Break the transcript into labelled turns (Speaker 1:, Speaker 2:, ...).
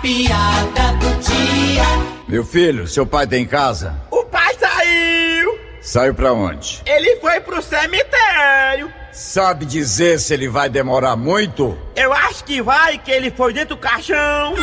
Speaker 1: piada do dia.
Speaker 2: Meu filho, seu pai tá em casa?
Speaker 3: O pai saiu!
Speaker 2: Saiu pra onde?
Speaker 3: Ele foi pro cemitério!
Speaker 2: Sabe dizer se ele vai demorar muito?
Speaker 3: Eu acho que vai, que ele foi dentro do caixão!